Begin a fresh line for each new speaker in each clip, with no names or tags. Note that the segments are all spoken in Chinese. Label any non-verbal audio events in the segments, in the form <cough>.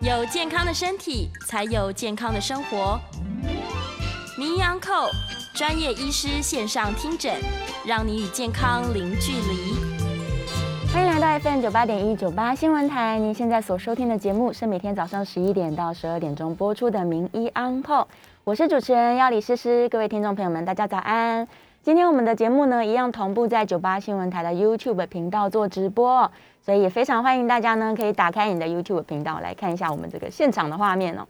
有健康的身体，才有健康的生活。名医 Uncle 专业医师线上听诊，让你与健康零距离。
欢迎来到 FM 九八点一九八新闻台，您现在所收听的节目是每天早上十一点到十二点钟播出的《名医 Uncle》，我是主持人要李诗诗，各位听众朋友们，大家早安。今天我们的节目呢，一样同步在九八新闻台的 YouTube 频道做直播，所以也非常欢迎大家呢，可以打开你的 YouTube 频道来看一下我们这个现场的画面哦。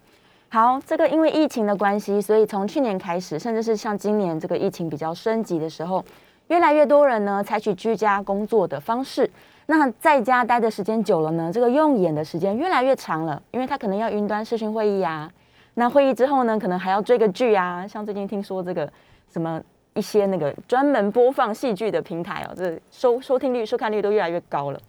好，这个因为疫情的关系，所以从去年开始，甚至是像今年这个疫情比较升级的时候，越来越多人呢采取居家工作的方式。那在家待的时间久了呢，这个用眼的时间越来越长了，因为他可能要云端视讯会议啊，那会议之后呢，可能还要追个剧啊，像最近听说这个什么一些那个专门播放戏剧的平台哦，这收收听率、收看率都越来越高了。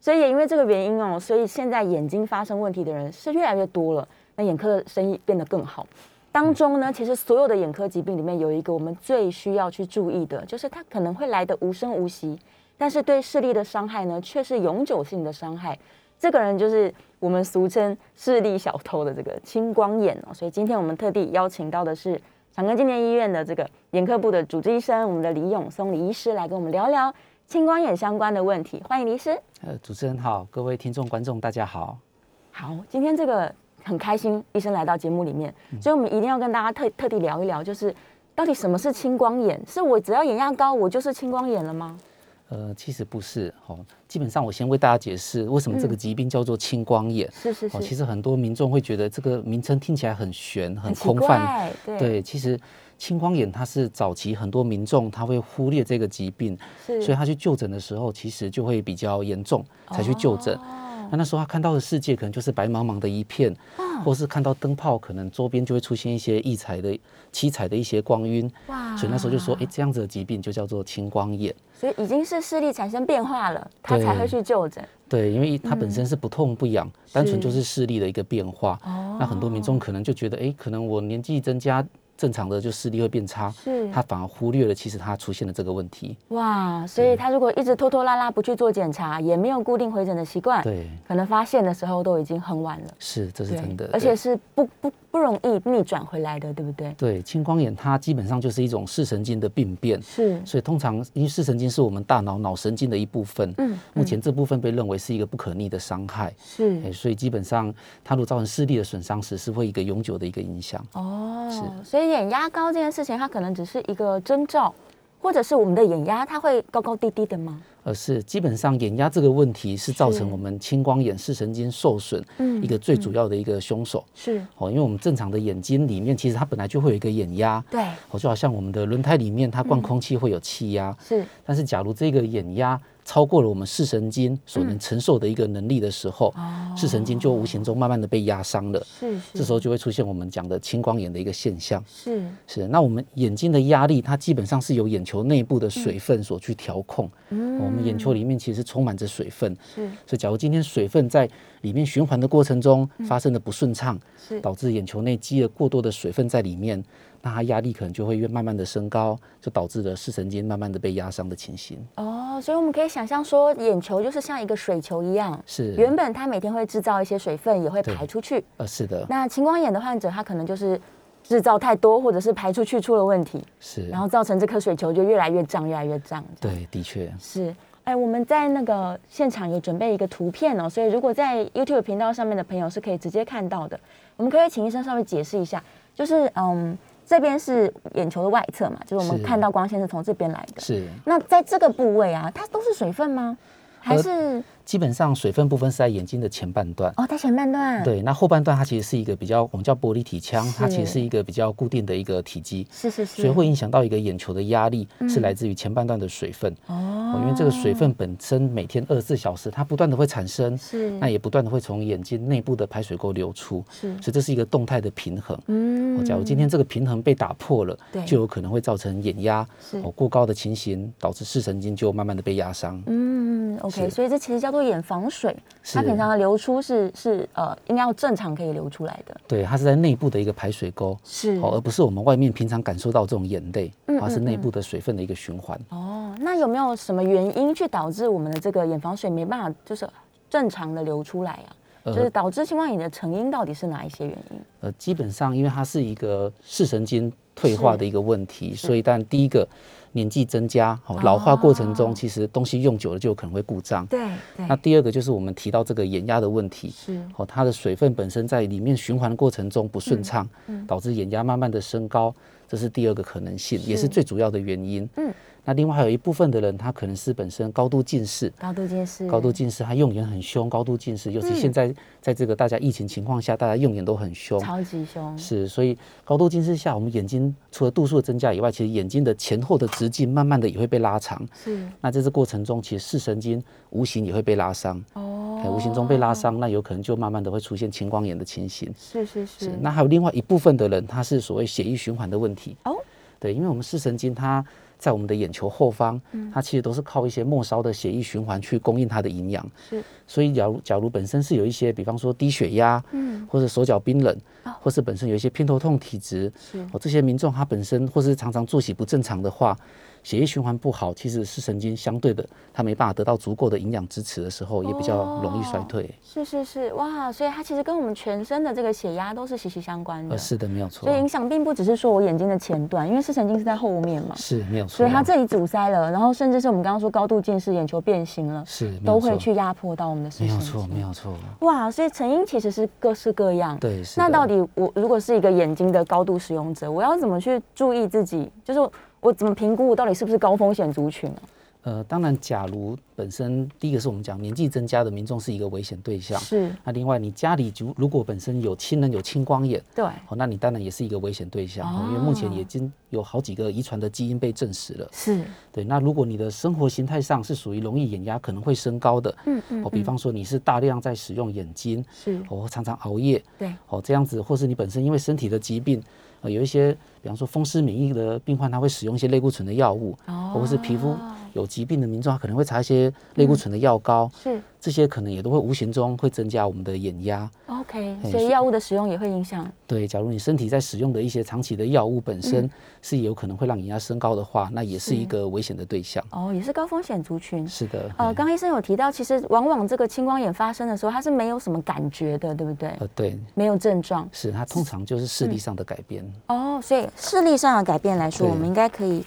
所以也因为这个原因哦，所以现在眼睛发生问题的人是越来越多了。那眼科的生意变得更好。当中呢，其实所有的眼科疾病里面有一个我们最需要去注意的，就是它可能会来的无声无息，但是对视力的伤害呢，却是永久性的伤害。这个人就是我们俗称视力小偷的这个青光眼哦。所以今天我们特地邀请到的是长庚纪念医院的这个眼科部的主治医生，我们的李永松李医师来跟我们聊聊青光眼相关的问题。欢迎李医师。
呃，主持人好，各位听众观众大家好。
好，今天这个很开心，医生来到节目里面，
嗯
所以我们一定要跟大家特特地聊一聊，就是到底什么是青光眼？是我只要眼压高，我就是青光眼了吗？
呃，其实不是哦，基本上我先为大家解释为什么这个疾病叫做青光眼。
嗯是是
哦，其
是，
实很多民众会觉得这个名称听起来很悬、很
奇
空泛。
怪，对，
对，其实青光眼它是早期很多民众他会忽略这个疾病，
是，
所以他去就诊的时候，其实就会比较严重才去就诊。
哦
那那时候他看到的世界可能就是白茫茫的一片，
嗯
或是看到灯泡，可能周边就会出现一些异彩的、七彩的一些光晕。
哇
所以那时候就说，哎、这样子的疾病就叫做青光眼。
所以已经是视力产生变化了，他才
对
会去就诊。
对，因为它本
嗯
身是不痛不痒，单纯就是视力的一个变化。
哦
那很多民众可能就觉得，哎、可能我年纪增加，正常的就视力会变差，
是
他反而忽略了其实他出现了这个问题。
哇，所以他如果一直拖拖拉拉不去做检查，也没有固定回诊的习惯，
对，
可能发现的时候都已经很晚了。
是，这是
啊对
真的。
而且
对
是不不不容易逆转回来的，对不对？
对，青光眼它基本上就是一种视神经的病变，
是，
所以通常因为视神经是我们大脑脑神经的一部分，
嗯，
目前这部分被认为是一个不可逆的伤害，
是
哎，所以基本上它如果造成视力的损伤时，是会一个永久的一个影响。
哦，所以眼压高这件事情，它可能只是一个征兆，或者是我们的眼压它会高高低低的吗？
而是基本上眼压这个问题是造成
是嗯
我们青光眼视神经受损一个最主要的一个凶手。
是，
哦，因为我们正常的眼睛里面，其实它本来就会有一个眼压，
对，嗯
哦，就好像我们的轮胎里面，它灌空气会有气压，
是
但是假如这个眼压超过了我们视神经所
嗯
能承受的一个能力的时候，视神经就无形中慢慢的被压伤了，
是哦是，
这时候就会出现我们讲的青光眼的一个现象。
是
是，那我们眼睛的压力，它基本上是由眼球内部的水分所去调控。
嗯
我们眼球里面其实充满着水分，
是
所以假如今天水分在里面循环的过程中发生的不顺畅，
嗯是
导致眼球内积了过多的水分在里面，那它压力可能就会越慢慢的升高，就导致了视神经慢慢的被压伤的情形。
哦，所以我们可以想象说，眼球就是像一个水球一样，
是，
原本它每天会制造一些水分，也会
对
排出去。
呃是的，
那青光眼的患者，他可能就是制造太多，或者是排出去出了问题，
是，
然后造成这颗水球就越来越胀，越来越胀。
对，的确
是，哎，我们在那个现场有准备一个图片哦，所以如果在 YouTube 频道上面的朋友是可以直接看到的。我们可不可以请医生稍微解释一下，就是嗯，这边是眼球的外侧嘛，就是我们
是
看到光线是从这边来的。
是。
那在这个部位啊，它都是水分吗？还
呃
是、
基本上水分部分是在眼睛的前半段。
哦，它前半段？，
对，那后半段它其实是一个比较，我们叫玻璃体腔，它其
是
实是一个比较固定的一个体积，
是是是。嗯
所以会影响到一个眼球的压力，是来自于前半段的水分。哦，因为这个水分本身每天二十四小时，它不断的会产生，
是
那也不断的会从眼睛内部的排水沟流出，
是
所以这是一个动态的平衡。
嗯
哦，假如今天这个平衡被打破了
对，
就有可能会造成眼压
是
哦过高的情形，导致视神经就慢慢的被压伤。
嗯，OK，
是
所以这其实叫做眼防水，它
是
平常的流出是是呃，应该要正常可以流出来的，
对，它是在内部的一个排水沟，
是
哦，而不是我们外面平常感受到这种眼泪，它是内部的水分的一个循环。
哦，那有没有什么原因去导致我们的这个眼防水没办法就是正常的流出来啊？就
呃
是导致青光眼的成因到底是哪一些原因？
呃，基本上因为它是一个视神经退化的一个问题，所以但第一个年纪增加，好、老化过程中，其实东西用久了就有可能会故障。
对对
那第二个就是我们提到这个眼压的问题，
是
哦，它的水分本身在里面循环的过程中不顺畅，
嗯
导致眼压慢慢的升高，这是第二个可能性，也是最主要的原因。
嗯，
那另外还有一部分的人，他可能是本身高度近视，
高度近视，
高度近视他用眼很凶，高度近视，尤
嗯
其现在在这个大家疫情情况下，大家用眼都很凶。
超级凶，
是，所以高度近视下，我们眼睛除了度数的增加以外，其实眼睛的前后的直径慢慢的也会被拉长。
是
那在这过程中，其实视神经无形也会被拉伤，哎
哦
无形中被拉伤，那有可能就慢慢的会出现青光眼的情形。
是是是，
那还有另外一部分的人，他是所谓血液循环的问题。
哦，
对，因为我们视神经它在我们的眼球后方，
嗯
它其实都是靠一些末梢的血液循环去供应它的营养。
是，
所以假如假如本身是有一些，比方说低血压，嗯，或者手脚冰冷，或是本身有一些偏头痛体质，
哦是
哦，这些民众他本身或是常常作息不正常的话，血液循环不好，其实视神经相对的它没办法得到足够的营养支持的时候，也比较容易衰退。
哦是啊是是，哇！所以它其实跟我们全身的这个血压都是息息相关的。
呃，是的，没有错
所以，影响并不只是说我眼睛的前段，因为视神经是在后面嘛，
是没有错，
所以它这里阻塞了，然后甚至是我们刚刚说高度近视、眼球变形了，
是没有
都会
错
去压迫到我们的视
没有
神
错，没
经。
有错，
哇！所以成因其实是各式各样。。
对，是
那
的
到底我如果是一个眼睛的高度使用者，我要怎么去注意自己？就是我怎么评估我到底是不是高风险族群啊？
呃，当然，假如本身第一个是我们讲年纪增加的民众是一个危险对象，
是，
那另外你家里如如果本身有亲人有青光眼，
对，
哦，那你当然也是一个危险对象，哦、因为目前已经有好几个遗传的基因被证实了。
是
对，那如果你的生活形态上是属于容易眼压可能会升高的，嗯嗯，哦，比方说你是大量在使用眼睛，
是，
哦，常常熬夜，
对，
哦，这样子，或是你本身因为身体的疾病，呃，有一些，比方说风湿免疫的病患，他会使用一些类固醇的药物，哦、嗯或是皮肤有疾病的民众，他可能会擦一些类固醇的药膏，
是
这些可能也都会无形中会增加我们的眼压。
OK。
嘿
所以
哎是
药物的使用也会影响。
对，假如你身体在使用的一些长期的药物本身是有可能会让眼压升高的话，那也嗯是一个危险的对象。
哦，也是高风险族群。
是的，
呃，
嗯
刚医生有提到，其实往往这个青光眼发生的时候，它是没有什么感觉的，对不对？
呃，对，
没有症状。
是它通常就是视力上的改变。
哦，所以视力上的改变来说，
对
我们应该可以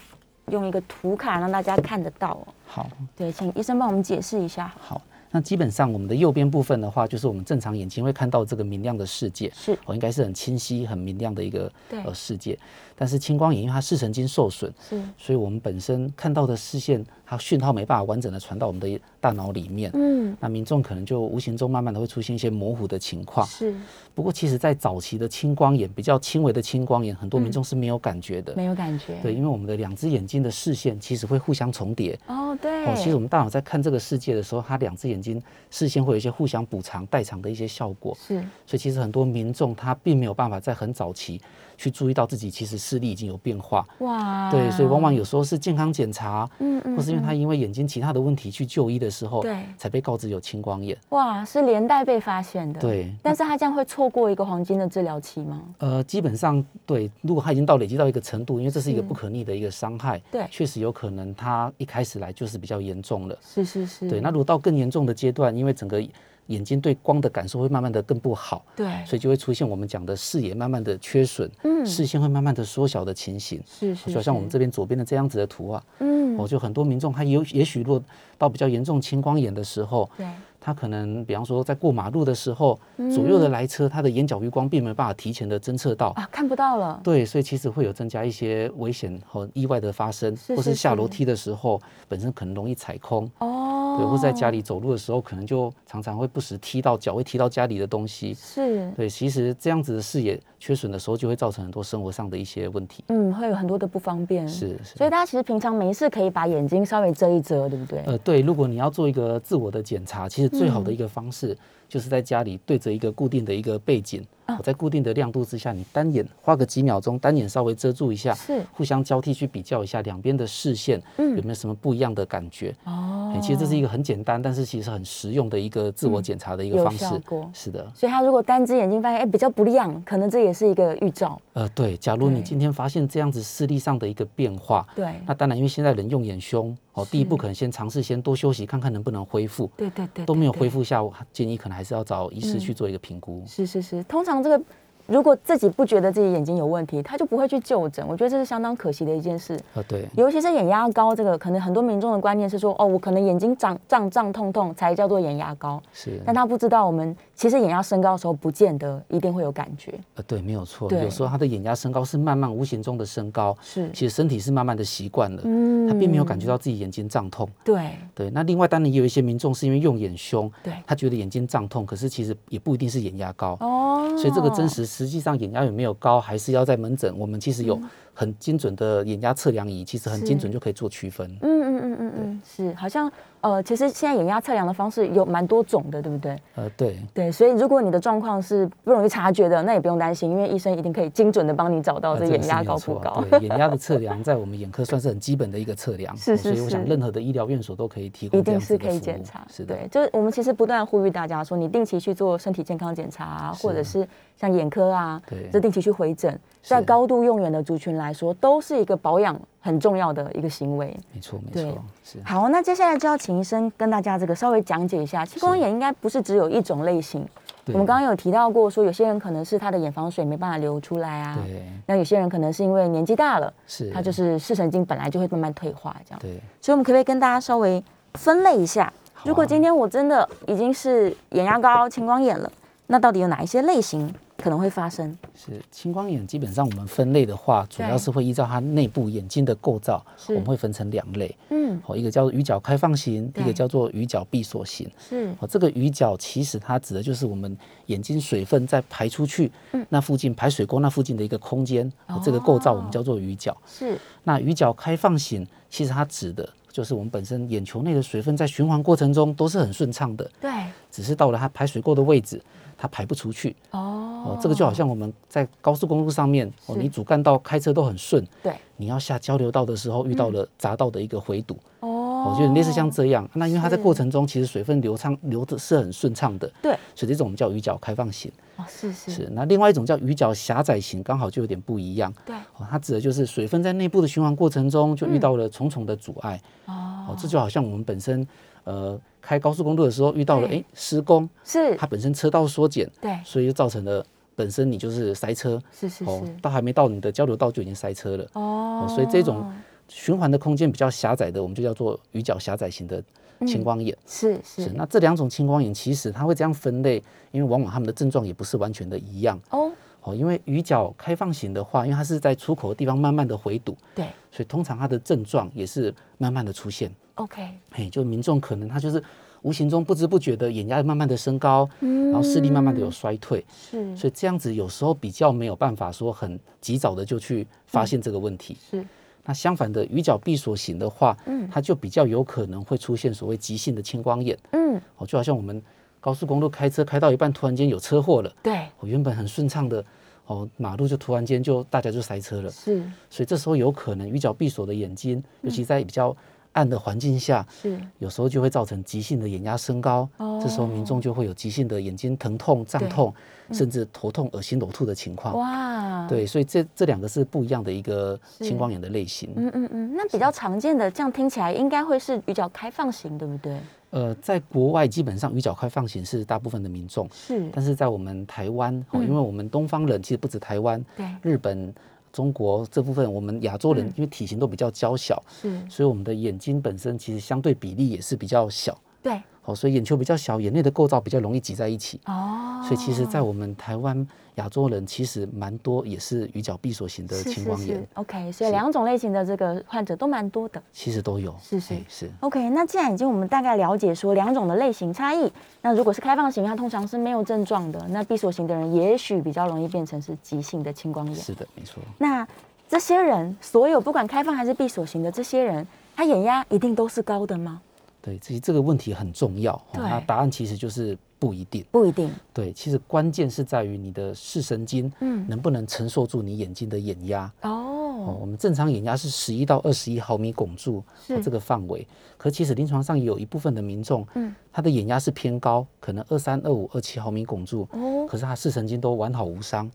用一个图卡让大家看得到哦。
好。
对，请医生帮我们解释一下。
好，那基本上我们的右边部分的话，就是我们正常眼睛会看到这个明亮的世界，
是
哦，应该是很清晰、很明亮的一个
对
呃世界。但是青光眼因为它视神经受损，
是
所以我们本身看到的视线，它讯号没办法完整的传到我们的大脑里面。
嗯，
那民众可能就无形中慢慢的会出现一些模糊的情况。
是
不过，其实，在早期的青光眼，比较轻微的青光眼，很多民众是没有感觉的。
嗯没有感觉。
对，因为我们的两只眼睛的视线其实会互相重叠。
哦，对。
哦，其实我们大脑在看这个世界的时候，它两只眼睛视线会有一些互相补偿、代偿的一些效果，
是
所以其实很多民众他并没有办法在很早期去注意到自己其实视力已经有变化。
哇。
对，所以往往有时候是健康检查，
啊嗯嗯
或是因为他因为眼睛其他的问题去就医的时候，
对
才被告知有青光眼。
哇是连带被发现的。。
对，
但是他这样会错过一个黄金的治疗期吗？
呃，基本上对，如果他已经到累积到一个程度，因为这是一个不可逆的一个伤害，
嗯对
确实有可能他一开始来就是比较严重了。
是是是。
对，那如果到更严重的阶段，因为整个眼睛对光的感受会慢慢的更不好，
对
所以就会出现我们讲的视野慢慢的缺损，
嗯
视线会慢慢的缩小的情形。
是是。
就好像我们这
边
边左边的这样子的图啊，
嗯
哦，就很多民众他有也许落到比较严重青光眼的时候，
对
他可能比方说在过马路的时候，左右的来车，他的眼角余光并没有办法提前的侦测到，
嗯啊看不到了。
对，所以其实会有增加一些危险和意外的发生，
是
或
是
是下
是
楼梯的时候本身可能容易踩空，
哦。
对，或在家里走路的时候，可能就常常会不时踢到脚，会踢到家里的东西。
是。
对，其实这样子的视野缺损的时候，就会造成很多生活上的一些问题。
嗯，会有很多的不方便。
是是
所以大家其实平常没事可以把眼睛稍微遮一遮，对不对？
呃，对，如果你要做一个自我的检查，其实最
嗯
好的一个方式就是在家里对着一个固定的一个背景，
啊
我在固定的亮度之下，你单眼花个几秒钟，单眼稍微遮住一下，
是嗯
互相交替去比较一下两边的视线有没有什么不一样的感觉。
哦
哎、哎其实这是一个很简单，但是其实很实用的一个自我检查的一
嗯
个
有
方式
效果。
是的，
所以他如果单只眼睛发现哎比较不亮，可能这也是一个预兆。
呃，对，假如你
对
今天发现这样子视力上的一个变化，
对
那当然因为现在人用眼凶，哦，第一步可能先尝试先多休息，看看能不能恢复。
对对对嗯
都没有恢。复下，我建议可能还是要找医师去做一个评估。
是是是，通常这个如果自己不觉得自己眼睛有问题，他就不会去就诊。我觉得这是相当可惜的一件事。
呃，对，
尤其是眼压高，这个可能很多民众的观念是说，哦，我可能眼睛胀胀胀痛痛才叫做眼压高，
是，
但他不知道我们其实眼压升高的时候，不见得一定会有感觉。
呃，对，没有错。
对
有时候他的眼压升高是慢慢无形中的升高，
是
其实身体是慢慢的习惯了，
嗯
他并没有感觉到自己眼睛胀痛。
对
对，那另外当然也有一些民众是因为用眼凶，
对
他觉得眼睛胀痛，可是其实也不一定是眼压高。
哦，
所以这个真实，实际上眼压有没有高，还是要在门诊。我们其实有很精准的眼压测量仪，其实很
嗯是
精准就可以做区分。
嗯嗯嗯嗯嗯，是，好像呃，其实现在眼压测量的方式有蛮多种的，对不对？
呃，对，
对，所以如果你的状况是不容易察觉的，那也不用担心，因为医生一定可以精准的帮你找到
呃
哦这
个
眼
是
压
没有
高不
错
高。
对，眼压的测
<laughs>
量在我们眼科算是很基本的一个测量，
是
哦
是
所以我想
是
任何的医疗院所都可以提供
一
这
定
样
是
子
可
的
以
服
检
务
查，
是的
对，，就是我们其实不断呼吁大家说，你定期去做身体健康检查啊、
是
或者是像眼科啊，
对
这定期去回诊，在
是
高度用眼的族群来说，都是一个保养很重要的一个行为。
没错没
对
错，是。
好，那接下来就要请医生跟大家这个稍微讲解一下，青光眼应该不是只有一种类型。我
对
们刚刚有提到过，说有些人可能是他的眼防水没办法流出来啊，
对
那有些人可能是因为年纪大了，
是，
他就是视神经本来就会慢慢退化这样。
对
所以我们可不可以跟大家稍微分类一下？
好啊
如果今天我真的已经是眼压高、青光眼了，那到底有哪一些类型可能会发生？
是青光眼，基本上我们分类的话，主要
对
是会依照它内部眼睛的构造，
是
我们会分成两类，
嗯，
哦，一个叫做鱼角开放型，一
对
个叫做鱼角闭锁型。
是
哦，这个鱼角其实它指的就是我们眼睛水分在排出去，
嗯
那附近排水沟那附近的一个空间，哦这个构造我们叫做鱼角。
是，
那鱼角开放型，其实它指的就是我们本身眼球内的水分在循环过程中都是很顺畅的，
对，
只是到了它排水沟的位置，它排不出去。
哦，
哦，这个就好像我们在高速公路上面，哦，
是
你主干道开车都很顺，
对，
你要下交流道的时候遇到了匝道的一个回堵，
嗯哦
哦，就有点类似像这样。那因为它在
是
过程中其实水分流畅流的是很顺畅的，
对，
所以这种我们叫鱼角开放型。
哦，是是
是，那另外一种叫鱼角狭窄型，刚好就有点不一样。
对嗯
哦，它指的就是水分在内部的循环过程中就遇到了重重的阻碍。哦这就好像我们本身呃开高速公路的时候遇到了
对
哎施工，
是
它，本身车道缩减，
对，
所以就造成了本身你就是塞车。
是是
哦
是，，
到还没到你的交流道就已经塞车了。
哦
哦，所以这种循环的空间比较狭窄的，我们就叫做鱼角狭窄型的
嗯
青光眼。
是
是，
是
那这两种青光眼其实它会这样分类，因为往往它们的症状也不是完全的一样。
哦，
哦，因为鱼角开放型的话，因为它是在出口的地方慢慢的回堵，
对
所以通常它的症状也是慢慢的出现。
，OK，
嘿，就民众可能他就是无形中不知不觉的眼压慢慢的升高，然后视力慢慢的有衰退，
嗯是
所以这样子有时候比较没有办法说很及早的就去发现这个问题。
是
那相反的鱼角闭锁型的话，
嗯
它就比较有可能会出现所谓急性的青光眼。
嗯，
哦，就好像我们高速公路开车开到一半，突然间有车祸了。
对，
我原本很顺畅的哦，马路就突然间就大家就塞车了，
是
所以这时候有可能鱼角闭锁的眼睛，
嗯
尤其在比较暗的环境下，
是
有时候就会造成急性的眼压升高，
哦
这时候民众就会有急性的眼睛疼痛、胀痛，甚至头痛、恶心、呕吐的情况。
嗯哇，，
对，所以这这两个是不一样的一个
是
青光眼的类型。
嗯嗯嗯，那比较常见的，这样听起来应该会是比较开放型，对不对？
呃，在国外基本上鱼角开放型是大部分的民众，
是
但是在我们台湾，哦，
嗯
因为我们东方人其实不止台湾，
对
日本、中国这部分，我们亚洲
嗯
人因为体型都比较娇小，
是，
所以我们的眼睛本身其实相对比例也是比较小，
对，
哦，所以眼球比较小，眼内的构造比较容易挤在一起。
哦，
所以其实，在我们台湾亚洲人其实蛮多也是鱼角闭锁型的
是
青
是
光眼，
是 OK，所以两种类型的这个患者都蛮多的。
其实都有。
是是
哎是，
OK，那既然已经我们大概了解说两种的类型差异，那如果是开放型，它通常是没有症状的，那闭锁型的人也许比较容易变成是急性的青光眼。
是的，没错。
那这些人，所有不管开放还是闭锁型的这些人，他眼压一定都是高的吗？
对，其实这个问题很重要。哦
对
那答案其实就是不一定。
不一定，
对，其实关键是在于你的视神经，嗯，能不能承受住你眼睛的眼压。
哦
哦，我们正常眼压是十一到二十一毫米汞柱、
是
哦这个范围，可其实临床上有一部分的民众，嗯，他的眼压是偏高，可能二三、二五、二七毫米汞柱，
哦，
可是他视神经都完好无伤。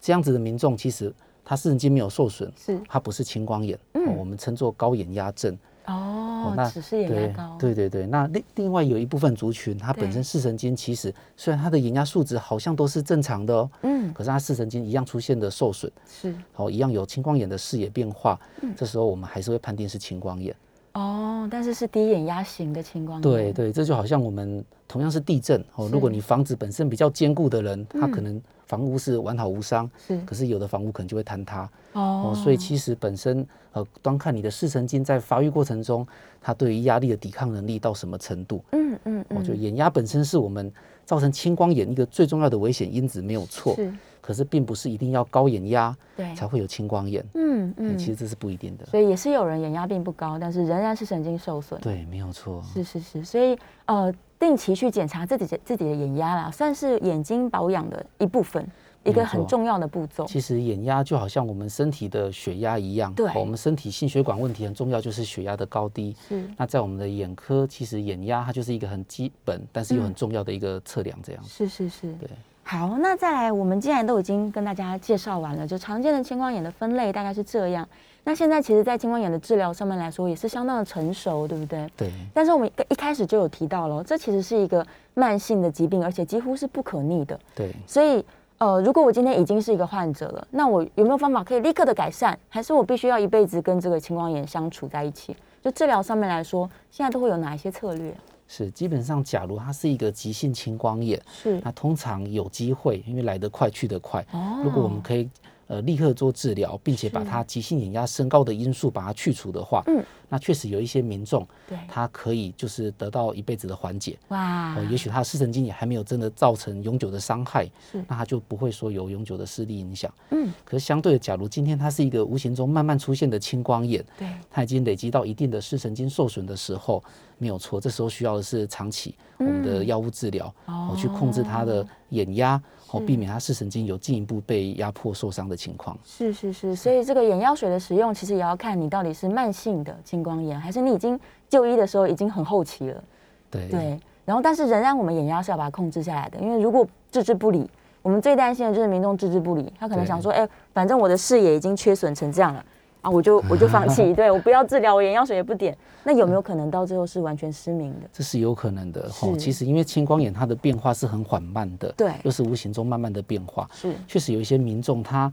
这样子的民众，其实他视神经没有受损，
是
他不是青光眼，哦我们称作高眼压症。
哦，
那
只是眼压高，，
对对对对，那另另外有一部分族群，它本身视神经其实虽然它的眼压数值好像都是正常的哦，
嗯，
可是它视神经一样出现的受损，
是
哦，一样有青光眼的视野变化，
嗯
这时候我们还是会判定是青光眼。
哦，但是是低眼压型的青光眼，
对对，这就好像我们同样是地震哦，如果你房子本身比较坚固的人，
嗯
他可能房屋是完好无伤，
是
可是有的房屋可能就会坍塌
嗯哦
哦，所以其实本身呃，端看你的视神经在发育过程中，它对于压力的抵抗能力到什么程度。
嗯嗯
我
嗯，
觉得哦眼压本身是我们造成青光眼一个最重要的危险因子，没有错。
是
可是并不是一定要高眼压
对，
才会有青光眼，
嗯
嗯，
嗯，
其实这是不一定的。
所以也是有人眼压并不高，但是仍然是神经受损，
对，没有错。
是是是，所以呃，定期去检查自己的自己的眼压啦，算是眼睛保养的一部分，一个
没错
很重要的步骤。
其实眼压就好像我们身体的血压一样，
对
哦我们身体心血管问题很重要，就是血压的高低。
是
那在我们的眼科，其实眼压它就是一个很基本，但是又
嗯
很重要的一个测量，这样子。
是是是，
对。
好，那再来，我们既然都已经跟大家介绍完了，就常见的青光眼的分类大概是这样。那现在其实，在青光眼的治疗上面来说，也是相当的成熟，对不对？
对，
但是我们一一开始就有提到了，这其实是一个慢性的疾病，而且几乎是不可逆的。
对。
所以，呃，如果我今天已经是一个患者了，那我有没有方法可以立刻的改善？还是我必须要一辈子跟这个青光眼相处在一起？就治疗上面来说，现在都会有哪一些策略？
是，基本上，假如它是一个急性青光眼，
是
那通常有机会，因为来得快去得快，
哦
如果我们可以呃立刻做治疗，并且把它急性眼压升高的因素把它去除的话，
嗯，
那确实有一些民众
对，
他可以就是得到一辈子的缓解。
哇
哦，，也许他的视神经也还没有真的造成永久的伤害，
是
那他就不会说有永久的视力影响。
嗯，
可是相对的，假如今天它是一个无形中慢慢出现的青光眼，
对，
它已经累积到一定的视神经受损的时候，没有错，这时候需要的是长期我们的药物治疗，
哦
去控制它的眼压，哦，避免它视神经有进一步被压迫受伤的情况。
是是是，所以这个眼药水的使用，其实也要看你到底是慢性的青光眼，还是你已经就医的时候已经很后期了。
对，
对，然后但是仍然我们眼压是要把它控制下来的，因为如果置之不理，我们最担心的就是民众置之不理，他可能
对
想说，哎、反正我的视野已经缺损成这样了。啊，我就我就放弃，对我不要治疗，我眼药水也不点，那有没有可能到最后是完全失明的？
这是有可能的。
是
哦，其实因为青光眼它的变化是很缓慢的，
对
又是无形中慢慢的变化，
是
确实有一些民众他。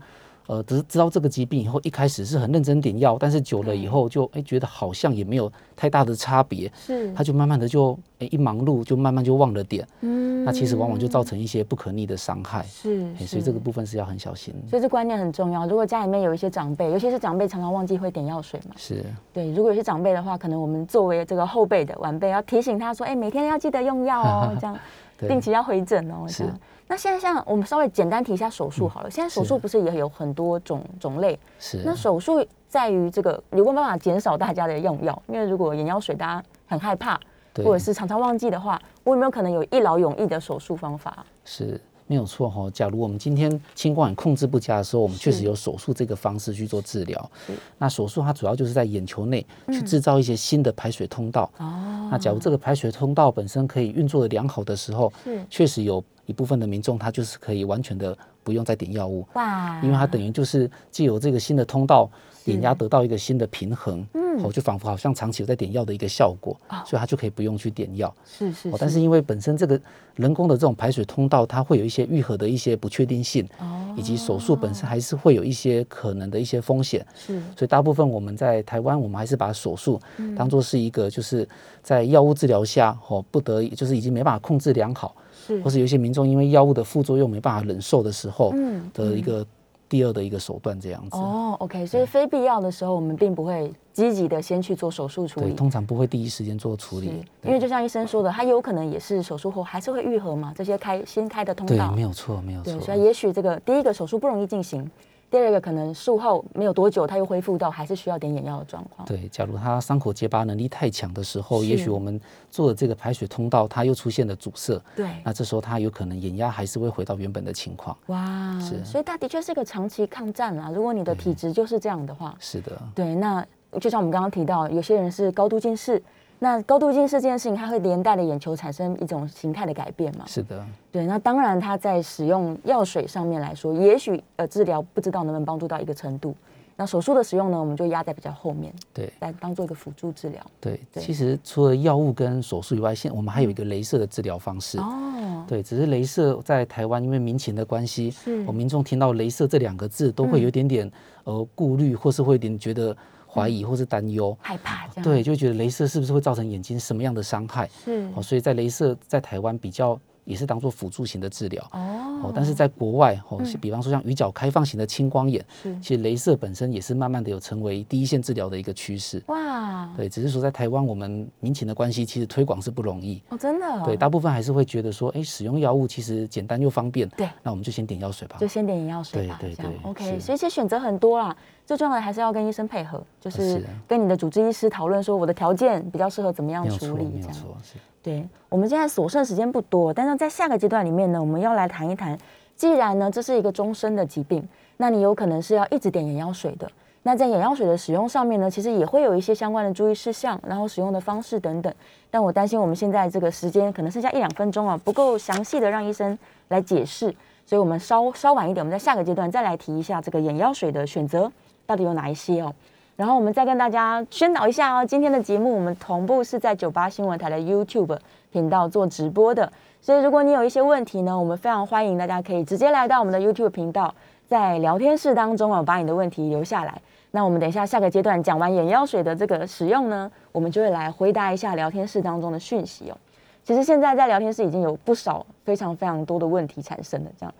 呃，只是知道这个疾病以后，一开始是很认真点药，但是久了以后就哎、觉得好像也没有太大的差别，
是
他就慢慢的就哎、一忙碌就慢慢就忘了点，
嗯
那其实往往就造成一些不可逆的伤害，
是
哎诶所以这个部分是要很小心。
所以这观念很重要。如果家里面有一些长辈，尤其是长辈常常忘记会点药水嘛，
是，
对，如果有些长辈的话，可能我们作为这个后辈的晚辈，要提醒他说，哎、每天要记得用药
<laughs>
哦，这样
对
定期要回诊哦，
是嗯
这样。那现在像我们稍微简单提一下手术好了，现在手术不是也有很多种种类？
是
那手术在于这个有没有办法减少大家的用药？因为如果眼药水大家很害怕，
对
或者是常常忘记的话，我有没有可能有一劳永逸的手术方法？
是没有错哈、假如我们今天青光眼控制不佳的时候，我们确实有手术这个方式去做治疗。那手术它主要就是在眼球内去制造一些新的排水通道。
嗯哦，
那假如这个排水通道本身可以运作的良好的时候
是，
确实有一部分的民众他就是可以完全的不用再点药物。
哇，
因为它等于就是借由这个新的通道，眼压得到一个新的平衡，嗯，哦，就仿佛好像长期有在点药的一个效果，所以它就可以不用去点药。
是是
哦，但是因为本身这个人工的这种排水通道，它会有一些愈合的一些不确定性，以及手术本身还是会有一些可能的一些风险，
是
所以大部分我们在台湾，我们还是把手术
嗯
当做是一个就是在药物治疗下，哦，不得已就是已经没办法控制良好，
是
或是有一些民众因为药物的副作用没办法忍受的时候的一个第二的一个手段这样子。
嗯哦，OK，所以非必要的时候，我们并不会积极的先去做手术处
对，
理。
通常不会第一时间做处
是
理，
因为就像医生说的，它有可能也是手术后还是会愈合嘛，这些开新开的通
对，
道
没。有错，没有
对，
错。
所以也许这个第一个手术不容易进行，第二个可能术后没有多久，它又恢复到还是需要点眼药的状况。
对，假如它伤口结疤能力太强的时候，
是
也许我们做的这个排水通道它又出现了阻塞，
对
那这时候它有可能眼压还是会回到原本的情况。
哇，
是
所以它的确是个长期抗战啦。如果你的体质就是这样的话，
是的，
对，
嗯
那就像我们刚刚提到，有些人是高度近视，那高度近视这件事情，它会连带的眼球产生一种形态的改变嘛？
是的，
对，那当然，它在使用药水上面来说，也许呃治疗不知道能不能帮助到一个程度。那手术的使用呢，我们就压在比较后面，
对。
来当做一个辅助治疗。
对，
对
其实除了药物跟手术以外，现我们还有一个镭射的治疗方式。
哦，
对，只是镭射在台湾因为民情的关系，
是嗯
我民众听到镭射这两个字都会有一点点、呃顾虑，或是会有点觉得怀
嗯
疑或是担忧。
害怕这样。，
对，就觉得镭射是不是会造成眼睛什么样的伤害？
是
哦，所以在镭射在台湾比较也是当做辅助型的治疗。
哦嗯
哦，但是在国外，哦，比方说像鱼角开放型的青光眼，
是
其实镭射本身也是慢慢的有成为第一线治疗的一个趋势。
哇，
对，只是说在台湾我们民情的关系，其实推广是不容易。
哦，真的、哦，
对，大部分还是会觉得说，哎，使用药物其实简单又方便。
对
那我们就先点药水吧
就。先点眼药水吧，
对对
这样
对
OK。
是
所以其实选择很多啦，最重要的还是要跟医生配合，就是
是啊
跟你的主治医师讨论说我的条件比较适合怎么样
没有
处
错，
理
没
这
有
样。
错，是
对，我们现在所剩时间不多，但是在下个阶段里面呢，我们要来谈一谈，既然呢这是一个终身的疾病，那你有可能是要一直点眼药水的。那在眼药水的使用上面呢，其实也会有一些相关的注意事项，然后使用的方式等等。但我担心我们现在这个时间可能剩下一两分钟啊，不够详细的让医生来解释，所以我们稍稍晚一点，我们在下个阶段再来提一下这个眼药水的选择到底有哪一些哦。然后我们再跟大家宣导一下哦，今天的节目我们同步是在九八新闻台的 YouTube 频道做直播的，所以如果你有一些问题呢，我们非常欢迎大家可以直接来到我们的 YouTube 频道，在聊天室当中啊，把你的问题留下来。那我们等一下下个阶段讲完眼药水的这个使用呢，我们就会来回答一下聊天室当中的讯息哦。其实现在在聊天室已经有不少非常非常多的问题产生了，这样，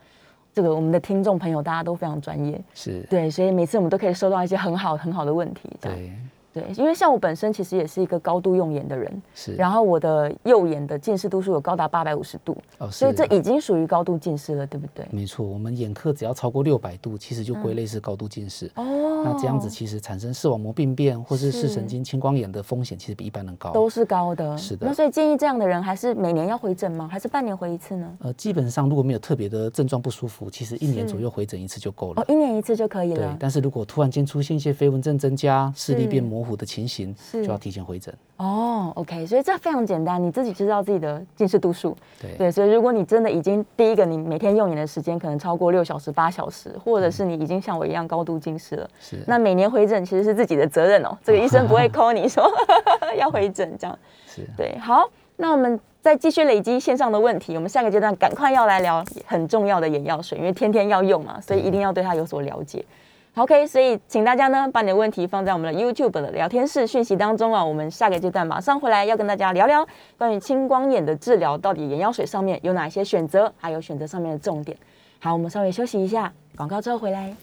这个我们的听众朋友大家都非常专业，
是，
对，所以每次我们都可以收到一些很好很好的问题。这样
对，
对，因为像我本身其实也是一个高度用眼的人，
是。
然后我的右眼的近视度数有高达八百五十度，
哦，
所以
是嗯
这已经属于高度近视了，对不对？
没错，我们眼科只要超过六百度，其实就归类是高度近视。
嗯哦
那这样子其实产生视网膜病变或是视
是
神经青光眼的风险，其实比一般人高。
都是高的。
是的
那所以建议这样的人还是每年要回诊吗？还是半年回一次呢？
呃，基本上如果没有特别的症状不舒服，其实一年
是
左右回诊一次就够了
哦，。一年一次就可以
对
了，。
但是如果突然间出现一些飞蚊症增加、视力
是
变模糊的情形，
是
就要提前回诊。
哦，OK，所以这非常简单，你自己知道自己的近视度数。
对，
对，所以如果你真的已经第一个，你每天用眼的时间可能超过六小时、八小时，或
嗯
者是你已经像我一样高度近视了，
是
那每年回诊其实是自己的责任哦，这个医生不会 call 你说 <laughs> 要回诊这样。
是。
对，好，那我们再继续累积线上的问题，我们下个阶段赶快要来聊很重要的眼药水，因为天天要用嘛，所以一定要对它有所了解。好 OK，所以请大家呢把你的问题放在我们的 YouTube 的聊天室讯息当中啊，我们下个阶段马上回来要跟大家聊聊关于青光眼的治疗，到底眼药水上面有哪些选择，还有选择上面的重点。好，我们稍微休息一下，广告之后回来。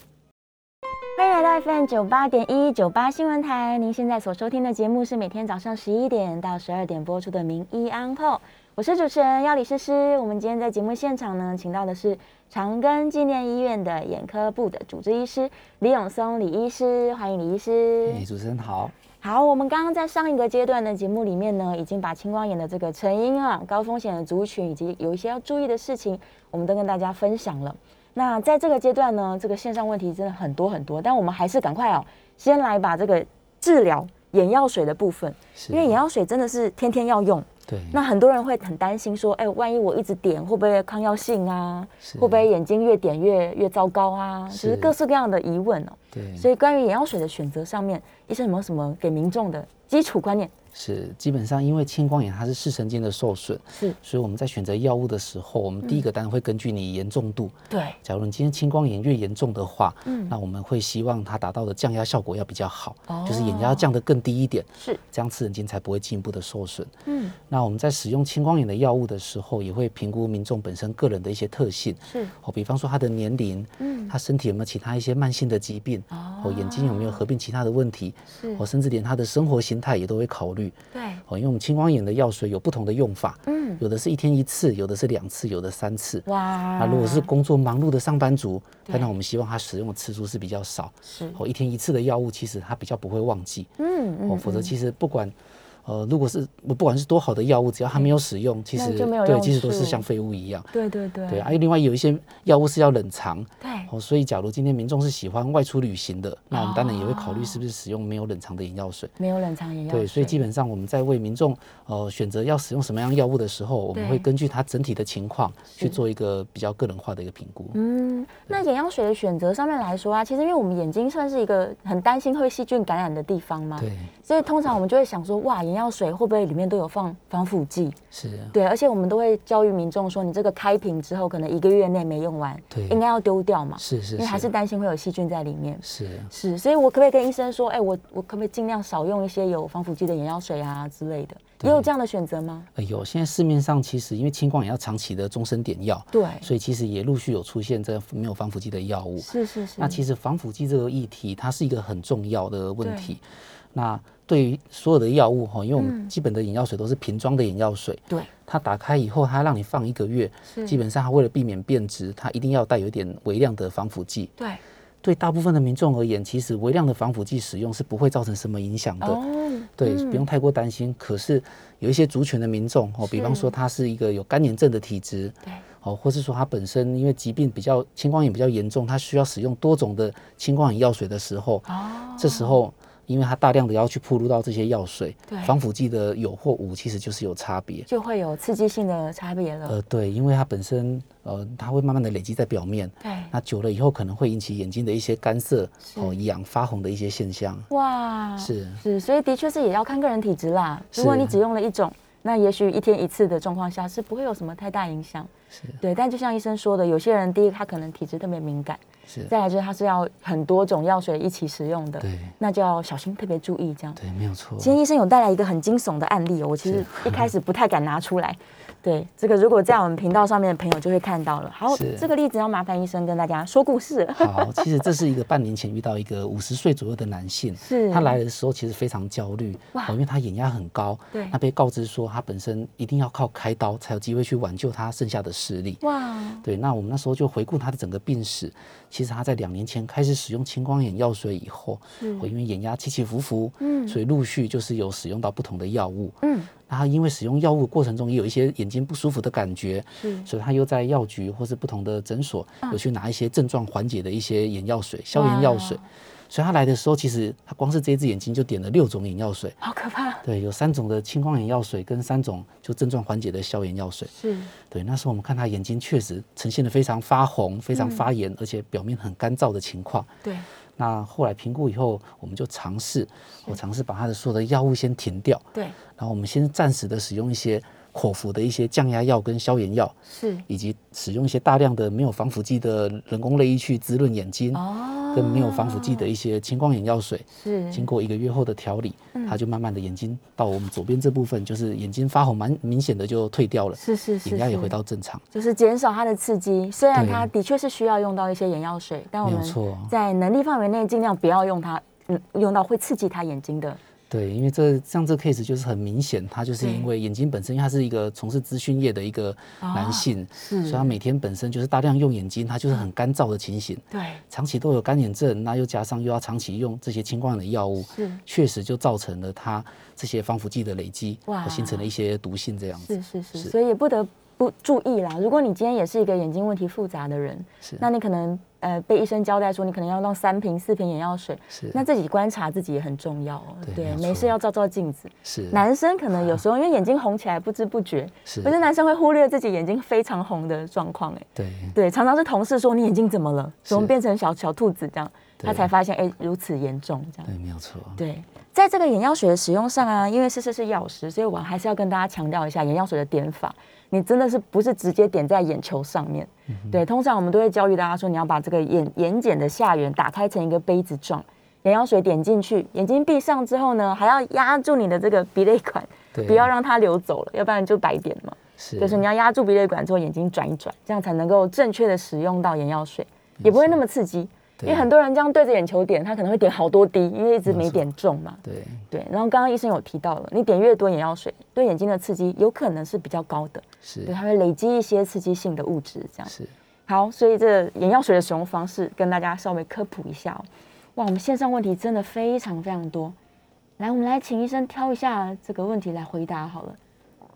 欢迎来到 FM 九八点一九八新闻台，您现在所收听的节目是每天早上十一点到十二点播出的《名医安后》，我是主持人要李诗诗。我们今天在节目现场呢，请到的是长庚纪念医院的眼科部的主治医师李永松李医师，欢迎李医师。
哎，主持人好。
好，我们刚刚在上一个阶段的节目里面呢，已经把青光眼的这个成因啊、高风险的族群以及有一些要注意的事情，我们都跟大家分享了。那在这个阶段呢，这个线上问题真的很多很多，但我们还是赶快哦，先来把这个治疗眼药水的部分，
是
因为眼药水真的是天天要用，
对，
那很多人会很担心说，哎、万一我一直点，会不会抗药性啊？
是
会不会眼睛越点越越糟糕啊？就是是各式各样的疑问哦。
对，
所以关于眼药水的选择上面，医生有没有什么给民众的基础观念？
是基本上因为青光眼它是视神经的受损，
是嗯
所以我们在选择药物的时候，我们第一个当然会根据你严重度。
对，
假如你今天青光眼越严重的话，
嗯
那我们会希望它达到的降压效果要比较好，就是眼
哦
压降得更低一点，
是
这样次神经才不会进一步的受损。
嗯，
那我们在使用青光眼的药物的时候，也会评估民众本身个人的一些特性，
是
哦，比方说他的年龄，嗯，他身体有没有其他一些慢性哦的疾病，哦，眼睛有没有合并其他的问题，
是
哦，甚至连他的生活形态也都会考虑。
对，
哦，因为我们青光眼的药水有不同的用法，
嗯，
有的是一天一次，有的是两次，有的三次。
哇，
那如果是工作忙碌的上班族，
对
当然我们希望他使用的次数是比较少。
是，
哦，一天一次的药物，其实他比较不会忘记。
嗯
哦，
嗯，
否则其实不管，呃，如果是不管是多好的药物，只要他没有使用，其
那
实
就没有
对，
用
其实都
处嗯
是像废物一样。
对对对，
对啊，因为另外有一些药物是要冷藏，
对，
哦，所以假如今天民众是喜欢外出旅行的，那我们当然也会考
哦
虑是不是使用没有冷藏的眼药水。
没有冷藏眼哦药水，
对，所以基本上我们在为民众呃选择要使用什么样药物的时候，我们
对
会根据他整体的情况去
是
做一个比较个人化的一个评估。
嗯，那眼药水的选择上面来说啊，其实因为我们眼睛算是一个很担心会细菌感染的地方嘛，
对，
所以通常我们就会想说，哇，眼药水会不会里面都有放防腐剂？
是啊，
对，而且我们都会教育民众说，你这个开瓶之后可能一个月内没用完，
对
应该要丢掉嘛，
是是
因为还是
是
担心会有细菌在里面。
是啊。
是，所以我可不可以跟医生说，哎、我我可不可以尽量少用一些有防腐剂的眼药水啊之类的？也有这样的选择吗？
哎呦，现在市面上其实因为青光眼要长期的终身点药，
对，
所以其实也陆续有出现这没有防腐剂的药物。
是是是，
那其实防腐剂这个议题，它是一个很重要的问题。那对于所有的药物哈，因为我
嗯
们基本的眼药水都是瓶装的眼药水，
对
它打开以后，它让你放一个月，
是
基本上它为了避免变质，它一定要带有一点微量的防腐剂。
对
对大部分的民众而言，其实微量的防腐剂使用是不会造成什么影响的。
哦，
对，不用太过担心。可是有一些族群的民众哦，比方说他是一个有干眼症的体质，
对
哦，或是说他本身因为疾病比较青光眼比较严重，他需要使用多种的青光眼药水的时候，
哦，
这时候因为他大量的要去铺入到这些药水
对，
防腐剂的有或无其实就是有差别。
就会有刺激性的差别了。
呃，对，因为它本身呃，它会慢慢的累积在表面，
对，
那久了以后可能会引起眼睛的一些干涩、
是
哦痒、发红的一些现象。
哇，
是
是，所以的确是也要看个人体质啦。如果
是
你只用了一种，那也许一天一次的状况下是不会有什么太大影响。对，但就像医生说的，有些人第一他可能体质特别敏感，
是，
再来就是他是要很多种药水一起使用的，
对
那就要小心特别注意这样。
对，没有错。
今天医生有带来一个很惊悚的案例哦，我其实一开始不太敢拿出来。对，这个如果在我们频道上面的朋友就会看到了。好，
是
这个例子要麻烦医生跟大家说故事了。
好，其实这是一个半年前遇到一个五十岁左右的男性，
是
他来的时候其实非常焦虑，
哇
哦，因为他眼压很高，
对
他被告知说他本身一定要靠开刀才有机会去挽救他剩下的视力。
哇，
对，那我们那时候就回顾他的整个病史。其实他在两年前开始使用青光眼药水以后，哦因为眼压起起伏伏，嗯，所以陆续就是有使用到不同的药物，
嗯，
那他因为使用药物过程中也有一些眼睛不舒服的感觉，
是嗯
所以他又在药局或是不同的诊所有去拿一些症状缓解的一些眼药水、消炎药水。所以他来的时候，其实他光是这一只眼睛就点了六种眼药水，
好可怕。
对，有三种的青光眼药水跟三种就症状缓解的消炎药水。
是，
对，那时候我们看他眼睛确实呈现了非常发红、非常发炎，而且表面很干燥的情况。
嗯对，
那后来评估以后，我们就尝试，我尝试把他的所有的药物先停掉，
对，
然后我们先暂时的使用一些口服的一些降压药跟消炎药，
是，
以及使用一些大量的没有防腐剂的人工泪液去滋润眼睛，
哦
跟没有防腐剂的一些青光眼药水。
是，嗯
经过一个月后的调理，他就慢慢的眼睛到我们左边这部分，就是眼睛发红蛮明显的就退掉了，
是是是，
眼压也
是
回到正常。
就是减少它的刺激。虽然
对
它的确是需要用到一些眼药水，但我
没有
们
错
在能力范围内尽量不要用它，嗯，用到会刺激它眼睛的。
对，因为这像这 case 就是很明显，他就是
对哦
因为眼睛本身，因为他是一个从事资讯业的一个男性，
是
所以他每天本身就是大量用眼睛，他就是很干燥的情形，
对，
长期都有干眼症，那又加上又要长期用这些青光眼的药物
是，
确实就造成了他这些防腐剂的累积，
哇
而形成了一些毒性这样子。
是是是，
是
所以也不得不注意啦。如果你今天也是一个眼睛问题复杂的人，
是
那你可能呃被医生交代说你可能要用三瓶四瓶眼药水，
是
那自己观察自己也很重要哦。
对没有
没事
错
要照照镜子。
是
男生可能有时候因为眼睛红起来不知不觉，
是
我觉得男生会忽略自己眼睛非常红的状况，哎，
对
对，常常是同事说你眼睛怎么了，怎么
是
变成小小兔子这样，他
对
才发现哎、如此严重这样。
对，没有错。
对，在这个眼药水的使用上啊，因为思思是药师，所以我还是要跟大家强调一下眼药水的点法。你真的是不是直接点在眼球上面？
嗯
对，通常我们都会教育大家说，你要把这个眼眼睑的下缘打开成一个杯子状，眼药水点进去，眼睛闭上之后呢，还要压住你的这个鼻泪管，
对
不要让它流走了，要不然就白点了嘛。
是
就是你要压住鼻泪管之后，眼睛转一转，这样才能够正确的使用到眼药水，也不会那么刺激。因
对
为很多人这样对着眼球点，他可能会点好多滴，因为一直
没
没
错
点中嘛。
对，
对，然后刚刚医生有提到了，你点越多眼药水，对眼睛的刺激有可能是比较高的，
是
对，它会累积一些刺激性的物质，这样。
是。
好，所以这眼药水的使用方式跟大家稍微科普一下哦。哇，我们线上问题真的非常非常多，来，我们来请医生挑一下这个问题来回答好了。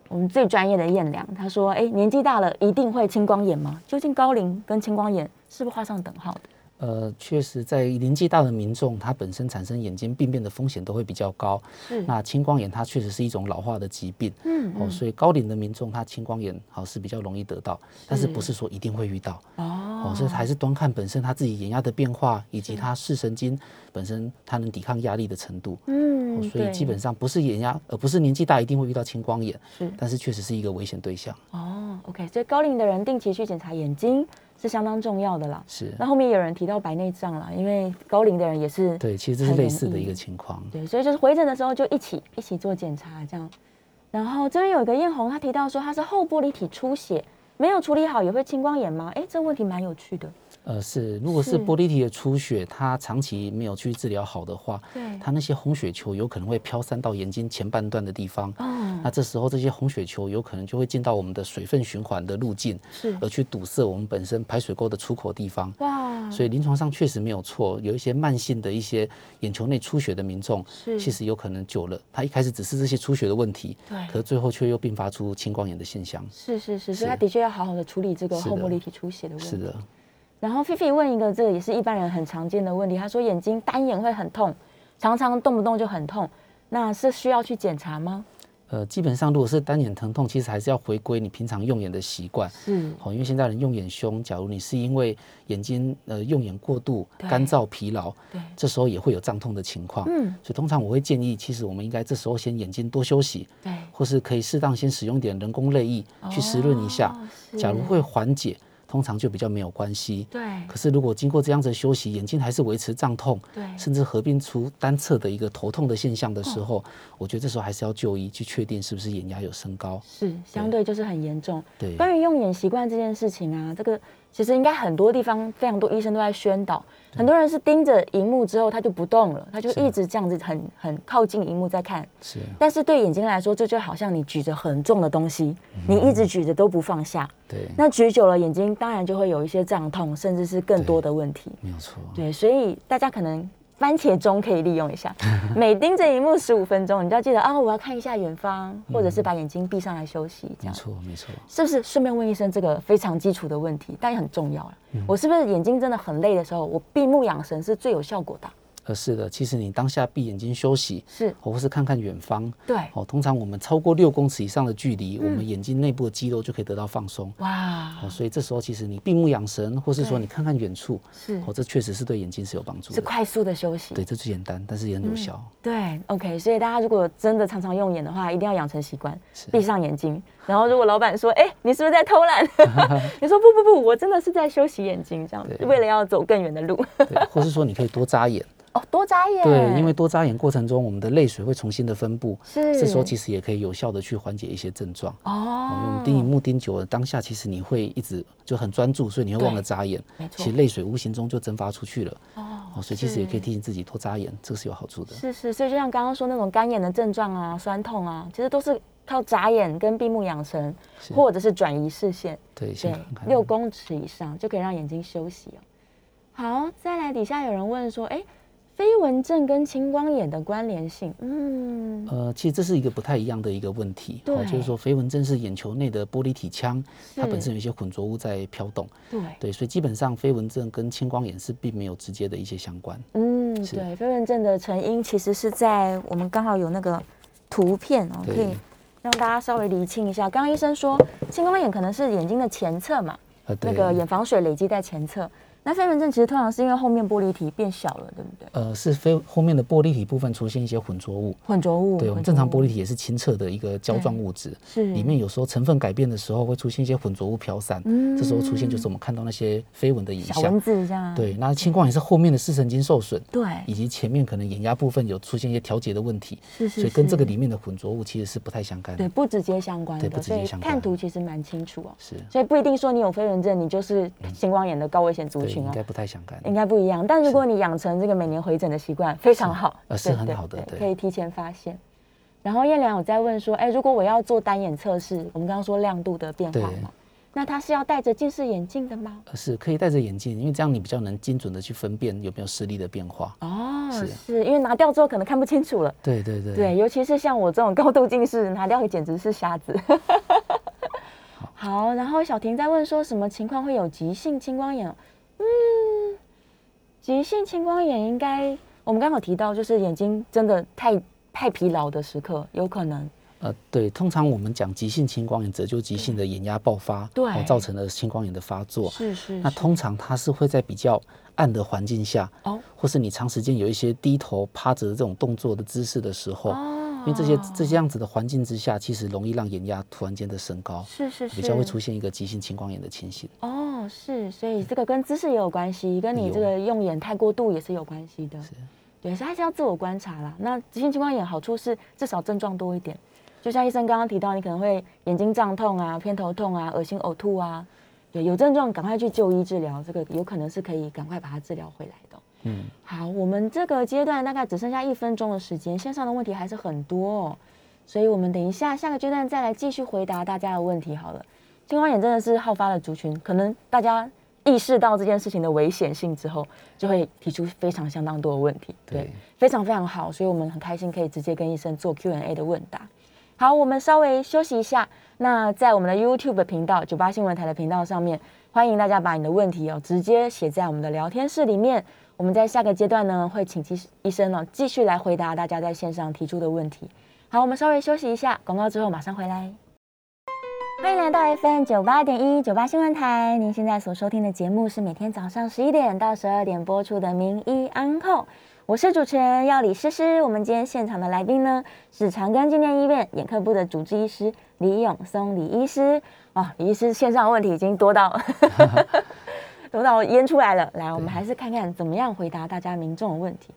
我们最专业的燕良他说：“哎，年纪大了一定会青光眼吗？究竟高龄跟青光眼是不是画上等号的？
呃，确实，在年纪大的民众，他本身产生眼睛病变的风险都会比较高。
是
那青光眼它确实是一种老化的疾病，
嗯
哦，所以高龄的民众他青光眼好是比较容易得到，但是不
是
是说一定会遇到
哦
哦，所以还是端看本身他自己眼压的变化，以及他视神经本身它能抵抗压力的程度。
嗯
哦，所以基
对
本上不是眼压，呃，不是年纪大一定会遇到青光眼
是，
但是确实是一个危险对象。
哦，OK，所以高龄的人定期去检查眼睛是相当重要的啦。
是，
那后面有人提到白内障啦，因为高龄的人也是
对，其实这是
很
类
容
似的一
易
个情况。
对，所以就是回诊的时候就一起一起做检查这样。然后这边有一个艳红，她提到说她是后玻璃体出血，没有处理好也会青光眼吗？哎，这问题蛮有趣的。
呃，是，如果是
是
玻璃体的出血，它长期没有去治疗好的话，
对
它那些红血球有可能会飘散到眼睛前半段的地方。
哦，
那这时候，这些红血球有可能就会进到我们的水分循环的路径，
是哦
而去堵塞我们本身排水沟的出口地方。
哇，
所以临床上确实没有错，有一些慢性的一些眼球内出血的民众，
是
其实有可能久了，他一开始只是这些出血的问题，
对
可最后却又并发出青光眼的现象。
是是是，所
是
以他的确要好好的处理这个
是
后玻
的
璃体出血的问题。
是的，
然后菲菲问一个，这个也是一般人很常见的问题，她说眼睛单眼会很痛，常常动不动就很痛，那是需要去检查吗？
呃，基本上如果是单眼疼痛，其实还是要回归你平常用眼的习惯。
是
好，因为现在人用眼凶，假如你是因为眼睛呃用眼过度、
对
干燥、疲劳，
对
这时候也会有胀痛的情况。
嗯
所以通常我会建议，其实我们应该这时候先眼睛多休息，
对，
或是可以适当先使用点人工泪液去湿润一下。
哦
假如
是
会缓解，通常就比较没有关系。
对
可是如果经过这样子的休息，眼睛还是维持胀痛，
对
甚至合并出单侧的一个头痛的现象的时候，
哦
我觉得这时候还是要就医，去确定是不是眼压有升高。
是相对就是很严重。
对，
关于用眼习惯这件事情啊，这个其实应该很多地方非常多医生都在宣导，很多人是盯着荧幕之后他就不动了，他就是一直这样子很很靠近荧幕在看。
是
但是对眼睛来说，这就好像你举着很重的东西，你一直举着都不放下，
对，
那举久了眼睛当然就会有一些胀痛，甚至是更多的问题。
没有错。
对，所以大家可能番茄钟可以利用一
<laughs>
下，每盯着荧幕十五分钟，你就要记得啊，我要看一下远方，或者是把眼睛闭上来休息，这
嗯没
样。
错，没错，
是不是顺便问医生这个非常基础的问题，但也很重要了？
嗯
我是不是眼睛真的很累的时候，我闭目养神是最有效果的？
呃，是的，其实你当下闭眼睛休息，
是
哦或是看看远方，
对，嗯
哦，通常我们超过六公尺以上的距离，我们眼睛内部的肌肉就可以得到放松。
哇，
哦，所以这时候其实你闭目养神，或是说
啊对
你看看远处，
是
哦，这确实是对眼睛是有帮助
是
的。
快嗯速的休息。
对，这最简单，但是也很有效。
对，OK，所以大家如果真的常常用眼的话，一定要养成习惯，
是
闭上眼睛。然后如果老板说：“哎、你是不是在偷懒？” <laughs> 你说：“不不不，我真的是在休息眼睛，这样
对
为了要走更远的路。
对，或是说你可以多眨眼，”
<laughs> 哦，多眨眼。
对，因为多眨眼过程中，我们的泪水会重新的分布，
是
这时候其实也可以有效的去缓解一些症状。哦因为我
哦
们，盯荧幕盯久了，当下其实你会一直就很专注，所以你会忘了
对
眨眼
没，错
其实泪水无形中就蒸发出去了。
哦
哦，所以其实也可以
是
提醒自己多眨眼，这个是有好处的。
是是，所以就像刚刚说那种干眼的症状啊、酸痛啊，其实都是靠眨眼跟闭目养神，
是
或者是转移视线。
对，先
对
看，看
六公尺以上就可以让眼睛休息哦。好，再来底下有人问说，哎，飞蚊症跟青光眼的关联性，嗯，
呃，其实这是一个不太一样的一个问题，哦
对
就是说飞蚊症是眼球内的玻璃体腔，它本
是
身有一些混浊物在飘动，
对，
对，所以基本上飞蚊症跟青光眼是并没有直接的一些相关。
嗯，
是
对，飞蚊症的成因其实是在我们刚好有那个图片哦，可
对
以让大家稍微厘清一下。刚刚医生说青光眼可能是眼睛的前侧嘛，
呃，
那
对，
个眼防水累积在前侧。那飞蚊症其实通常是因为后面玻璃体变小了，对不对？
呃是飞后面的玻璃体部分出现一些混浊物，
混浊物，
对，我们
混
正常
浊
玻
物
璃体也是清澈的一个胶状物质，
是
里面有时候成分改变的时候会出现一些混浊物飘散，这时候出现就是我们看到那些飞蚊的影
嗯小蚊
像。
子这样，啊
对，那青光眼是后面的视神经受损，
对，
以及前面可能眼压部分有出现一些调节的问题，
是是
所以跟这个
是
里面的混浊物其实是不太相干的。
对，不直接相关
对
的，
不直
所
接
以
相
看
关
图其实蛮清楚哦。
是
所以不一定说你有飞蚊症，你就是青光眼的高危险族
嗯对
群
应
哦，
该不太相干。
应该不一样。但如果你养成这个每年回诊的习惯，非常好，
呃是
对
很
对
好的
对
对
可以提前发现。然后燕良，我在问说，哎，如果我要做单眼测试，我们刚刚说亮度的变
对
化嘛，那它是要戴着近视眼镜的吗？
呃是可以戴着眼镜，因为这样你比较能精准的去分辨有没有视力的变化。
哦，
是
是因为拿掉之后可能看不清楚了。
对对对，
对，尤其是像我这种高度近视，拿掉简直是瞎子。好，然后小婷在问说什么情况会有急性青光眼？嗯，急性青光眼应该我们刚好提到，就是眼睛真的太太疲劳的时刻，有可能
呃，对，通常我们讲急性青光眼，则就急性的眼压爆发，
对
哦造成了青光眼的发作。
是是
那通常它是会在比较暗的环境下，
哦
或是你长时间有一些低头趴着的这种动作的姿势的时候，
哦
因为这些这些样子的环境之下，其实容易让眼压突然间的升高，
是是是
比较会出现一个急性青光眼的情形。
哦，是，所以这个跟姿势也有关系，跟你
嗯有
这个用眼太过度也是有关系的。对，所以还是要自我观察啦。那急性青光眼好处是至少症状多一点，就像医生刚刚提到，你可能会眼睛胀痛啊、偏头痛啊、恶心呕吐啊，对，有症状赶快去就医治疗，这个有可能是可以赶快把它治疗回来的哦。
嗯，
好，我们这个阶段大概只剩下一分钟的时间，线上的问题还是很多哦，所以我们等一下下个阶段再来继续回答大家的问题好了。青光眼真的是好发的族群，可能大家意识到这件事情的危险性之后，就会提出非常相当多的问题，
对
非常非常好，所以我们很开心可以直接跟医生做 Q&A 的问答。好，我们稍微休息一下。那在我们的 YouTube 频道“九八新闻台”的频道上面，欢迎大家把你的问题哦直接写在我们的聊天室里面。我们在下个阶段呢，会请医医生哦继续来回答大家在线上提出的问题。好，我们稍微休息一下，广告之后马上回来。欢迎来到 FM 九八点一九八新闻台，您现在所收听的节目是每天早上十一点到十二点播出的《名医安后》，我是主持人药理诗诗。我们今天现场的来宾呢是长庚纪念医院眼科部的主治医师李永松李医师。哦，李医师线上的问题已经多到 <laughs> 多到淹出来了。来，我们还是看看怎么样回答大家民众的问题。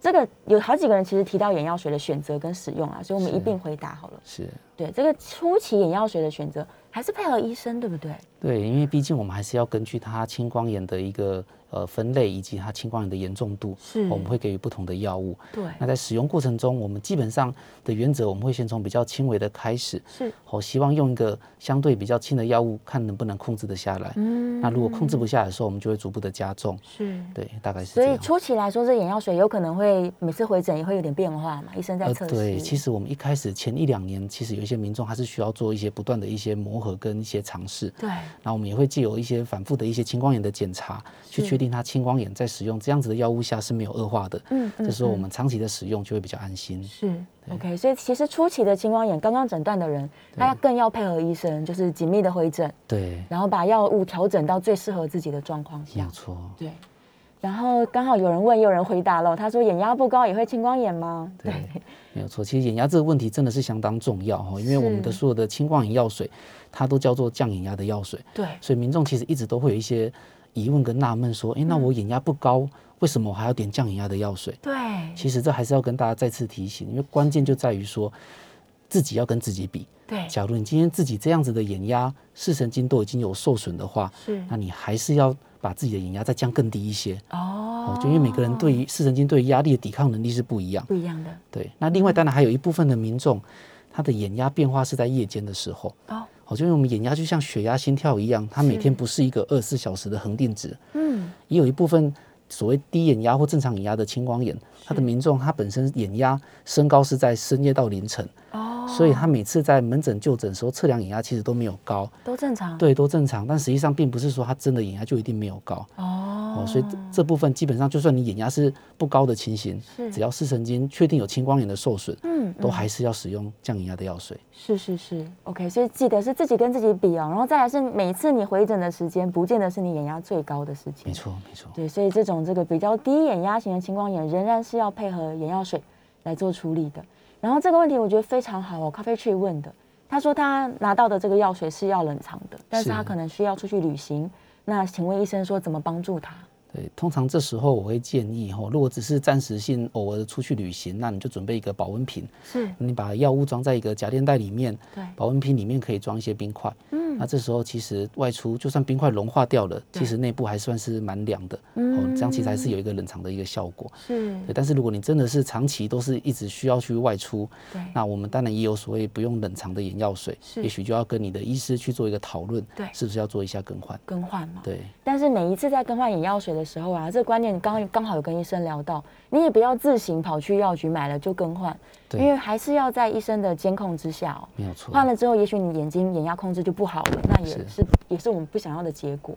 这个有好几个人其实提到眼药水的选择跟使用啊，所以我们一并回答好了。
是。
对，这个初期眼药水的选择还是配合医生，对不对？
对，因为毕竟我们还是要根据它青光眼的一个呃分类，以及它青光眼的严重度，
是
我们会给予哦不同的药物。
对
那在使用过程中，我们基本上的原则，我们会先从比较轻微的开始，
是
我、希望用一个相对比较轻的药物，看能不能控制得下来。
嗯
那如果控制不下来的时候，我们就会逐步的加重。
是。
对，大概是
所
这
以
样。呃
初期来说，这眼药水有可能会每次回诊也会有点变化嘛，医生在测试。
呃对，其实我们一开始前一两年，其实有一些民众他是需要做一些不断的一些磨合跟一些尝试。
对
那我们也会借由一些反复的一些青光眼的检查，去确定它青光眼在使用这样子的药物下是没有恶化的。
嗯嗯
这时候我们长期的使用就会比较安心。
是 OK，所以其实初期的青光眼刚刚诊断的人，他更要配合医生，就是紧密的回诊，
对，
然后把药物调整到最适合自己的状况
没
下
有。错。
对。然后刚好有人问，也有人回答了。他说：“眼压不高也会青光眼吗？”
对，没有错。其实眼压这个问题真的是相当重要哦哈，因为我们的所有的青光眼药水，它都叫做降眼压的药水，
对，
所以民众其实一直都会有一些疑问跟纳闷，说，诶，那我眼压不高，为什么我还要点降眼压的药水？
对，
其实这还是要跟大家再次提醒，因为关键就在于说，自己要跟自己比。
对
假如你今天自己这样子的眼压、视神经都已经有受损的话，
是
那你还是要把自己的眼压再降更低一些。
哦
哦，就因为每个人对于视神经对于压力的抵抗能力是不一样。
不一样的
对，那另外当然还有一部分的民众，他的眼压变化是在夜间的时候。
哦，
哦，就因为我们眼压就像血压、心跳一样，它每天不是一个二十四小时的恒定值。
嗯，
也有一部分所谓低眼压或正常眼压的青光眼，它的民众他本身眼压升高是在深夜到凌晨，
哦，
所以他每次在门诊就诊的时候测量眼压其实都没有高，
都正常。
对，都正常，但实际上并不是说他真的眼压就一定没有高。
哦
哦，所以这这部分基本上，就算你眼压是不高的情形，只要视神经确定有青光眼的受损，
嗯
都还是要使用降眼压的药水。
是是是，OK，所以记得是自己跟自己比哦，然后再来是每次你回诊的时间，不见得是你眼压最高的时间
没。错，没错，
对，所以这种这个比较低眼压型的青光眼，仍然是要配合眼药水来做处理的。然后这个问题我觉得非常好哦，咖啡 tree 问的，他说他拿到的这个药水是要冷藏的，但是
是
他可能需要出去旅行，那请问医生说怎么帮助他？
对，通常这时候我会建议吼，如果只是暂时性偶尔出去旅行，那你就准备一个保温瓶，
是
你把药物装在一个夹链袋里面，
对
保温瓶里面可以装一些冰块，嗯，那这时候其实外出，就算冰块融化掉了，其实内部还算是蛮凉的。哦，这样其实还是有一个冷藏的一个效果。
是
对，但是如果你真的是长期都是一直需要去外出
对，
那我们当然也有所谓不用冷藏的眼药水，
是
也许就要跟你的医师去做一个讨论，
对
是不是要做一下更换？
更换嘛。
对，
但是每一次在更换眼药水的时候啊，这个观念刚刚好有跟医生聊到，你也不要自行跑去药局买了就更换，因
对
为还是要在医生的监控之下哦。
没有错。
换了之后，也许你眼睛眼压控制就不好了，那也
是
是也是我们不想要的结果。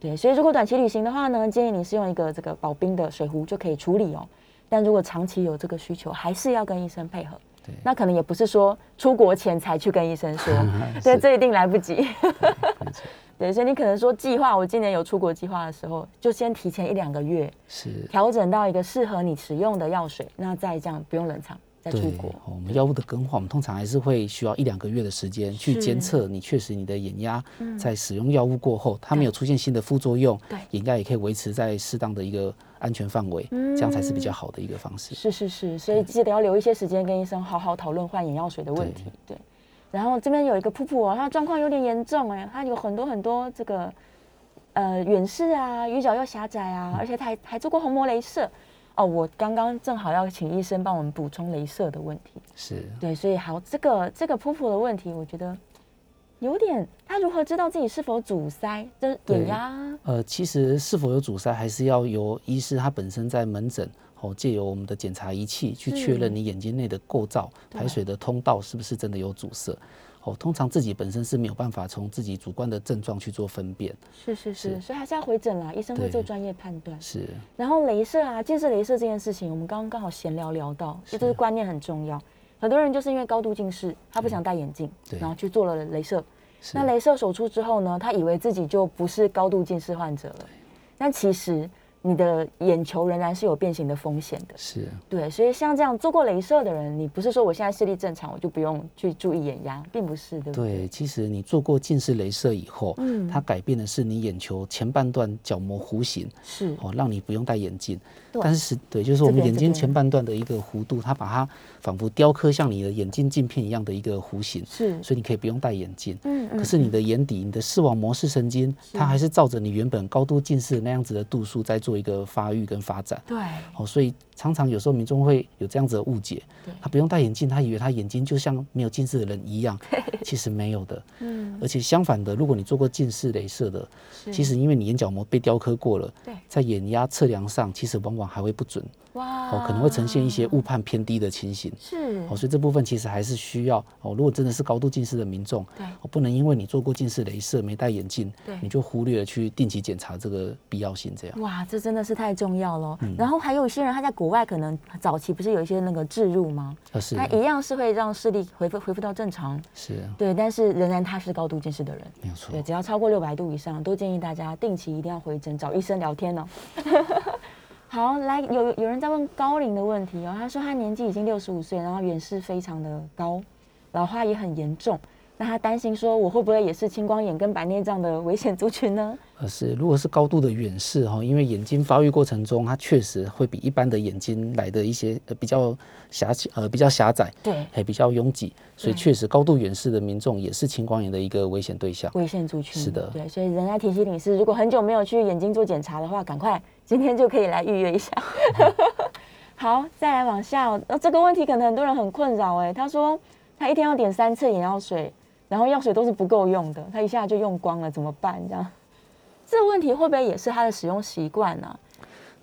对，所以如果短期旅行的话呢，建议你是用一个这个保冰的水壶就可以处理哦。但如果长期有这个需求，还是要跟医生配合
对。，
那可能也不是说出国前才去跟医生说
<laughs>
对，
是
这一定来不及。
没错
<laughs> 对，所以你可能说计划，我今年有出国计划的时候，就先提前一两个月
是。
调整到一个适合你使用的药水，那再这样不用冷藏再
对
出国。，
哦我们药物的更换，我们通常还是会需要一两个月的时间去监测你确实你的眼压在使用药物过后，它没有出现新的副作用，
嗯对
眼压也可以维持在适当的一个安全范围，
嗯
这样才是比较好的一个方式。
是是是，所以记得要留一些时间跟医生好好讨论换眼药水的问题。对，然后这边有一个瀑布哦，他状况有点严重哎，他有很多很多这个呃远视啊，鱼角又狭窄啊，而且他还还做过虹膜镭射。哦，我刚刚正好要请医生帮我们补充镭射的问题。
是，
对，所以好，这个这个噗噗的问题，我觉得有点，他如何知道自己是否阻塞？就是
对
眼压
呃，其实是否有阻塞，还是要由医师他本身在门诊。哦，借由我们的检查仪器去确
嗯
认你眼睛内的构造、排水的通道是不是真的有阻塞。哦，通常自己本身是没有办法从自己主观的症状去做分辨。
是是
是
是，所以还是要回诊啦，医生会
对
做专业判断。
是，
然后镭射啊，近视镭射这件事情，我们刚刚刚好闲聊聊到，这就是观念很重要。很多人就是因为高度近视，他不想戴眼镜，
嗯对
然后去做了镭射。
是
那镭射手术之后呢，他以为自己就不是高度近视患者了，但其实你的眼球仍然是有变形的风险的。
是
对，所以像这样做过镭射的人，你不是说我现在视力正常，我就不用去注意眼压，并不是，对不对？
对，其实你做过近视雷射以后，
嗯
它改变的是你眼球前半段角膜弧形，
是
哦，让你不用戴眼镜。
对
但是对，就是我
这
们
边
眼
这
睛
边
前半段的一个弧度，它把它仿佛雕刻像你的眼睛镜片一样的一个弧形，
是，
所以你可以不用戴眼镜。
嗯
可是你的眼底、你的视网膜视神经，它还是照着你原本高度近视的那样子的度数在做一个发育跟发展。
对，
哦，所以常常有时候民众会有这样子的误解
对，
他不用戴眼镜，他以为他眼睛就像没有近视的人
<laughs>
一样，其实没有的。
嗯，
而且相反的，如果你做过近视雷射的，
是
其实因为你眼角膜被雕刻过了，
对
在眼压测量上其实往往还会不准，
哇
哦，可能会呈现一些误判偏低的情形。
是
哦，所以这部分其实还是需要哦。如果真的是高度近视的民众，
对
哦，不能因为你做过近视雷射没戴眼镜
对，嗯
你就忽略了去定期检查这个必要性。这样
哇，这真的嗯是太重要了。然后还有一些人，他在国外可能早期不是有一些那个置入吗？
呃是
他一样是会让视力恢复恢复到正常，
是
对，但是仍然他是高度近视的人。
没有错
对，，只要超过六百度以上，都建议大家定期一定要回诊找医生聊天哦。 <laughs> 好，来有有人在问高龄的问题哦，他说他年纪已经六十五岁，然后远视非常的高，老花也很严重，那他担心说我会不会也是青光眼跟白内障的危险族群呢？
呃，是，如果是高度的远视哈，因为眼睛发育过程中，它确实会比一般的眼睛来的一些呃比较狭起呃比较狭窄，
对，
还比较拥挤，所以
对
确实高度远视的民众也是青光眼的一个危险对象。
危险族群
是的
对，所以人家提醒你是，如果很久没有去眼睛做检查的话，赶快今天就可以来预约一下。 <laughs> 好，再来往下、哦，呃，这个问题可能很多人很困扰哎，他说他一天要点三次眼药水，然后药水都是不够用的，他一下就用光了，怎么办？这样，这问题会不会也是他的使用习惯呢？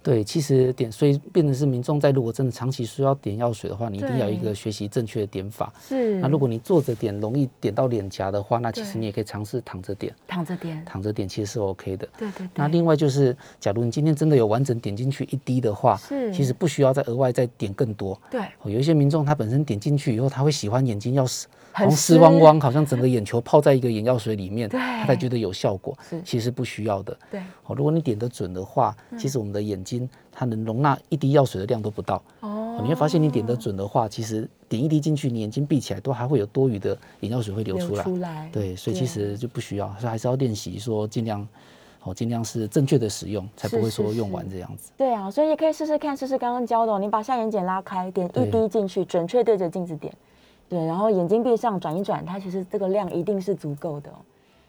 对，其实点，所以变成是民众在如果真的长期需要点药水的话，你一定要有一
对
个学习正确的点法。
是
那如果你坐着点容易点到脸颊的话，那其
嗯
实
对
你也可以尝试躺着点，
躺着点，
躺着点其实是 OK 的。
对对
那另外就是，假如你今天真的有完整点进去一滴的话，
是
其实不需要再额外再点更多。
对，
哦有一些民众他本身点进去以后，他会喜欢眼睛要湿，好
很
像湿
湿 <laughs>
汪汪，好像整个眼球泡在一个眼药水里面，
对
他才觉得有效果
是。
其实不需要的。
对，
哦，如果你点得准的话，
嗯
其实我们的眼睛它能容纳一滴药水的量都不到。
哦
哦你会发现你点得准的话，其实点一滴进去，你眼睛闭起来都还会有多余的眼药水会流出来。
来
对，所以其实就不需要，所以还是要练习说尽量，哦，尽量是正确的使用，才不
是
会
是
说用
是
完这样子。
对啊，所以也可以试试看，试试刚刚教的哦、你把下眼睑拉开，点一
对
滴进去，准确对着镜子点，对，然后眼睛闭上转一转，它其实这个量一定是足够的哦、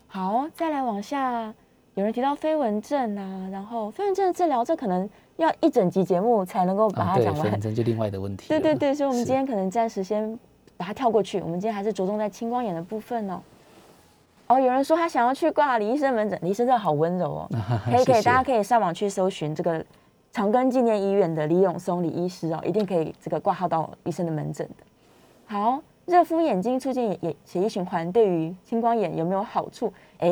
好，再来往下，有人提到飞蚊症啊，然后飞蚊症的治疗，这可能要一整集节目才能够把它
啊对，
讲
反
完。
正就另外的问题
对
了。
对对，所以我们
是
今天可能暂时先把它跳过去，我们今天还是着重在青光眼的部分哦。哦，有人说他想要去挂李医生门诊，李医生真的好温柔
啊
哦。可以可以，大家
以。
可以上网去搜寻这个长庚纪念医院的李永松李医师哦，一定可以这个挂号到医生的门诊的。好，热敷眼睛促进眼血液循环，对于青光眼有没有好处？哎，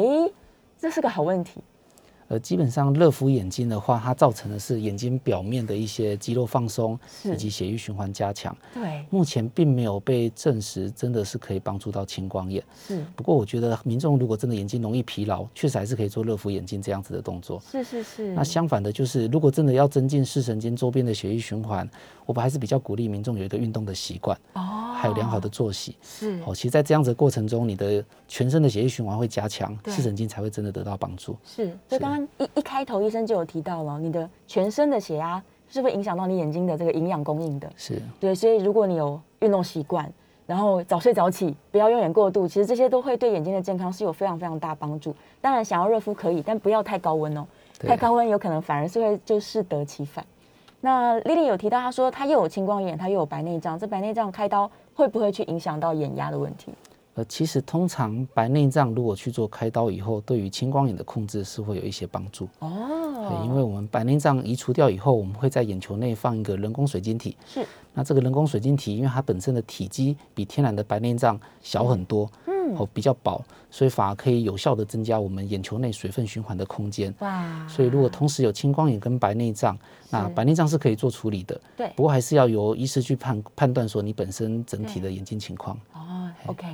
这是个好问题。
呃，基本上热敷眼睛的话，它造成的是眼睛表面的一些肌肉放松
是
以及血液循环加强。
对，
目前并没有被证实真的是可以帮助到青光眼。
是
不过我觉得民众如果真的眼睛容易疲劳，确实还是可以做热敷眼睛这样子的动作。
是是是。
那相反的，就是如果真的要增进视神经周边的血液循环，我们还是比较鼓励民众有一个运动的习惯，
哦，
还有良好的作息。
是
哦，其实，在这样子的过程中，你的全身的血液循环会加强，
对
视神经才会真的得到帮助。
是，所以
是
刚刚一一开头医生就有提到了，你的全身的血压是会影响到你眼睛的这个营养供应的。
是，
对，所以如果你有运动习惯，然后早睡早起，不要用眼过度，其实这些都会对眼睛的健康是有非常非常大帮助。当然，想要热敷可以，但不要太高温哦，
对
太高温有可能反而是会就适得其反。那丽丽有提到，她说她又有青光眼，她又有白内障，这白内障开刀会不会去影响到眼压的问题？
呃，其实通常白内障如果去做开刀以后，对于青光眼的控制是会有一些帮助。
哦
对，因为我们白内障移除掉以后，我们会在眼球内放一个人工水晶体。
是
那这个人工水晶体，因为它本身的体积比天然的白内障小很多，嗯，哦，比较薄，所以反而可以有效的增加我们眼球内水分循环的空
啊
间。
哇，
所以如果同时有青光眼跟白内障，那白内障是可以做处理的，
对
不过还是要由医师去判判断说你本身整体的眼睛情况。
哦，OK，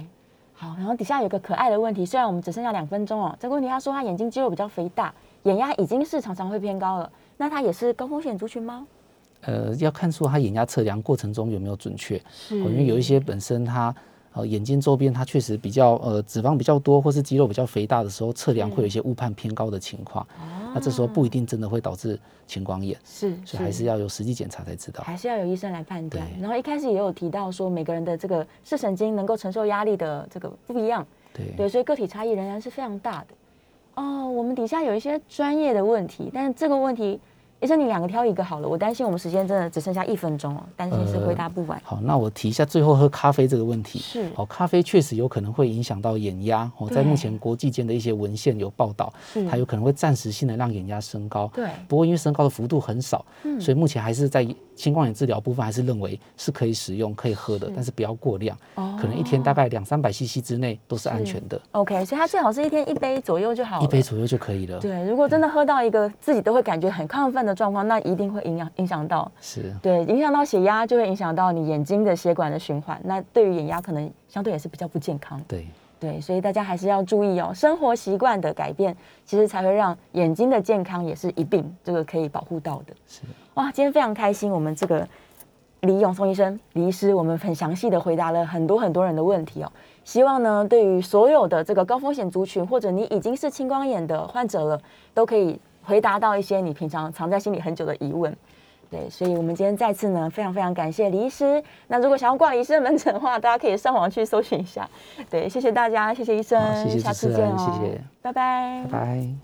好，然后底下有个可爱的问题，虽然我们只剩下两分钟哦，这个问题他说他眼睛肌肉比较肥大，眼压已经是常常会偏高了，那他也是高风险族群吗？
呃，要看出他眼压测量过程中有没有准确，
是
哦因为有一些本身它呃眼睛周边它确实比较呃脂肪比较多，或是肌肉比较肥大的时候，测量会有一些误判偏高的情况。
哦
那这时候不一定真的会导致青光眼，
是
所以还是要啊有实际检查才知道。
还是要有医生来判断。
对
然后一开始也有提到说，每个人的这个视神经能够承受压力的这个不一样，
对，
对，所以个体差异仍然是非常大的。哦，我们底下有一些专业的问题，但是这个问题，医生你两个挑一个好了，我担心我们时间真的只剩下一分钟哦，担心是回答不完。
好，那我提一下最后喝咖啡这个问题。
是
好，咖啡确实有可能会影响到眼压。哦，在目前国际间的一些文献有报道，它有可能会暂时性的让眼压升高。
对嗯
不过因为升高的幅度很少，所以目前还是在青光眼治疗部分还是认为是可以使用、可以喝的，但是不要过量，
哦
可能一天大概两三百 CC 之内都是安全的，
OK，所以它最好是一天一杯左右就好了。
呃一杯左右就可以了。
对，如果真的喝到一个自己都会感觉很亢奋的状况，那一定会影响影响到，
是。
对，影响到血压，就会影响到你眼睛的血管的循环。那对于眼压可能相对也是比较不健康。
对，
对，所以大家还是要注意哦，生活习惯的改变，其实才会让眼睛的健康也是一并这个可以保护到的。是哇，今天非常开心，我们这个李永松医生、李医师，我们很详细的回答了很多很多人的问题哦。希望呢，对于所有的这个高风险族群，或者你已经是青光眼的患者了，都可以回答到一些你平常藏在心里很久的疑问。对，所以我们今天再次呢，非常非常感谢李医师。那如果想要挂李医师的门诊的话，大家可以上网去搜寻一下。对，谢谢大家，谢谢医生
好，谢谢
下
主持
次见
人
哦，
谢谢，
拜拜
拜拜。